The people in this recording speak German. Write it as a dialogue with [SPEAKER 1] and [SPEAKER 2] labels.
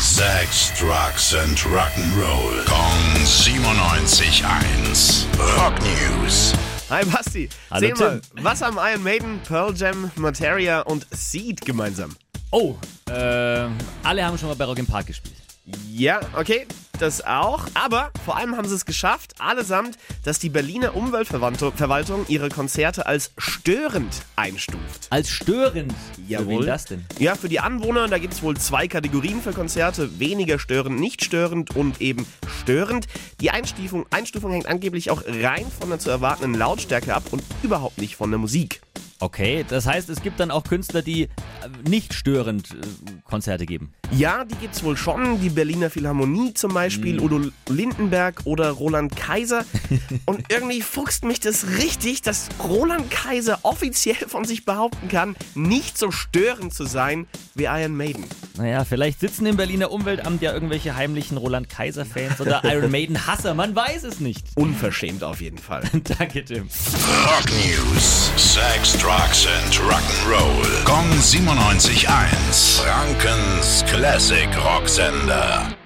[SPEAKER 1] Sex, Drugs and Rock'n'Roll. Kong 97.1. Rock News.
[SPEAKER 2] Hi Basti.
[SPEAKER 3] Hallo,
[SPEAKER 2] Sehen wir, was haben Iron Maiden, Pearl Jam, Materia und Seed gemeinsam?
[SPEAKER 3] Oh, äh, alle haben schon mal bei Rock im Park gespielt.
[SPEAKER 2] Ja, okay, das auch. Aber vor allem haben sie es geschafft, allesamt, dass die Berliner Umweltverwaltung ihre Konzerte als störend einstuft.
[SPEAKER 3] Als störend. Für wen das denn?
[SPEAKER 2] Ja, für die Anwohner, da gibt es wohl zwei Kategorien für Konzerte. Weniger störend, nicht störend und eben störend. Die Einstufung, Einstufung hängt angeblich auch rein von der zu erwartenden Lautstärke ab und überhaupt nicht von der Musik.
[SPEAKER 3] Okay, das heißt, es gibt dann auch Künstler, die äh, nicht störend äh, Konzerte geben.
[SPEAKER 2] Ja, die gibt's wohl schon. Die Berliner Philharmonie zum Beispiel, Udo Lindenberg oder Roland Kaiser. Und irgendwie fuchst mich das richtig, dass Roland Kaiser offiziell von sich behaupten kann, nicht so störend zu sein wie Iron Maiden.
[SPEAKER 3] Naja, vielleicht sitzen im Berliner Umweltamt ja irgendwelche heimlichen Roland Kaiser-Fans oder Iron Maiden-Hasser. Man weiß es nicht.
[SPEAKER 2] Unverschämt auf jeden Fall.
[SPEAKER 3] Danke, Tim.
[SPEAKER 1] Rock News. Sex, Drugs and Rock'n'Roll. Kong 97.1. Frankens Classic Rocksender.